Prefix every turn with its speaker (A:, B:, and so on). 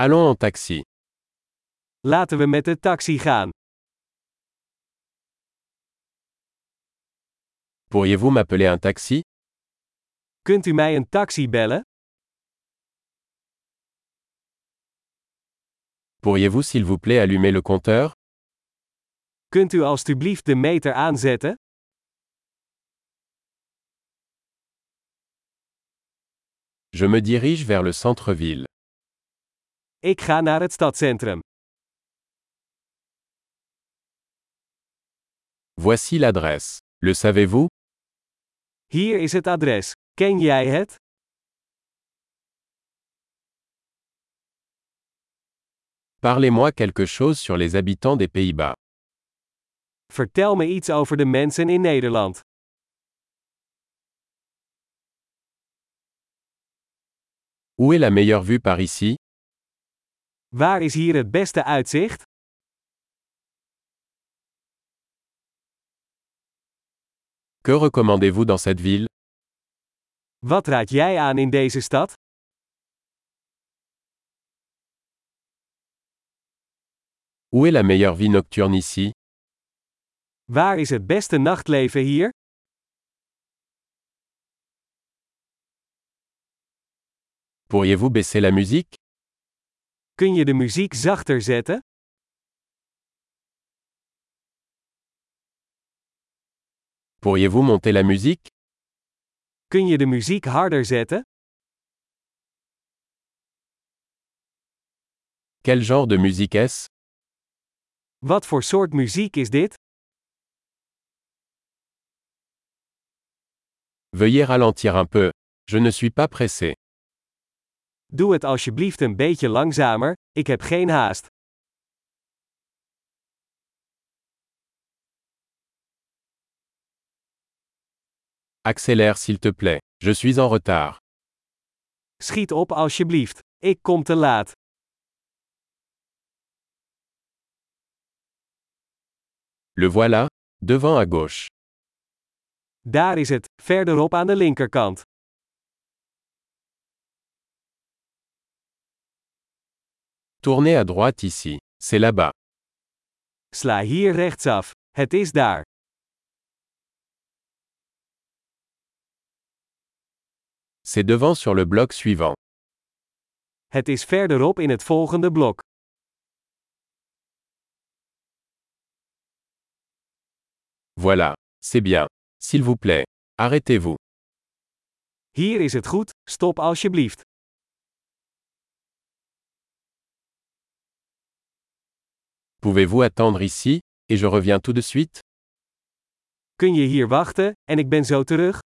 A: Allons en taxi.
B: Laten we met de taxi gaan.
A: Pourriez-vous m'appeler un taxi
B: Kunt u mij een taxi bellen?
A: Pourriez-vous s'il vous plaît allumer le compteur
B: Kunt u alstublieft de meter aanzetten?
A: Je me dirige vers le centre-ville.
B: Ik ga naar het stadcentrum.
A: Voici l'adresse. Le savez-vous
B: Hier is het adres. Ken jij het?
A: Parlez-moi quelque chose sur les habitants des Pays-Bas.
B: Vertel me iets over de mensen in Nederland.
A: Où est la meilleure vue par ici
B: Waar is hier het beste uitzicht?
A: Que recommandez-vous dans cette ville
B: Wat raad jij aan in deze stad?
A: Où est la meilleure vie nocturne ici
B: Waar is het beste nachtleven hier?
A: Pourriez-vous baisser la musique
B: Kun je de muziek zachter zetten?
A: Pourriez-vous monter la musique
B: Kun je de muziek harder zetten?
A: Quel genre de musique est-ce
B: Wat voor soort muziek is dit?
A: Veuillez ralentir un peu. Je ne suis pas pressé.
B: Doe het alsjeblieft een beetje langzamer, ik heb geen haast.
A: Accélère s'il te plaît. Je suis en retard.
B: Schiet op alsjeblieft, ik kom te laat.
A: Le voilà, devant à gauche.
B: Daar is het, verderop aan de linkerkant.
A: Tournez à droite ici. C'est là-bas.
B: Sla hier rechtsaf. Het is daar.
A: C'est devant sur le bloc suivant.
B: Het is verderop in het volgende blok.
A: Voilà. C'est bien. S'il vous plaît. Arrêtez-vous.
B: Hier is het goed, stop alsjeblieft.
A: Pouvez-vous attendre ici, et je reviens tout de suite
B: Kun je hier wachten, en ik ben zo terug?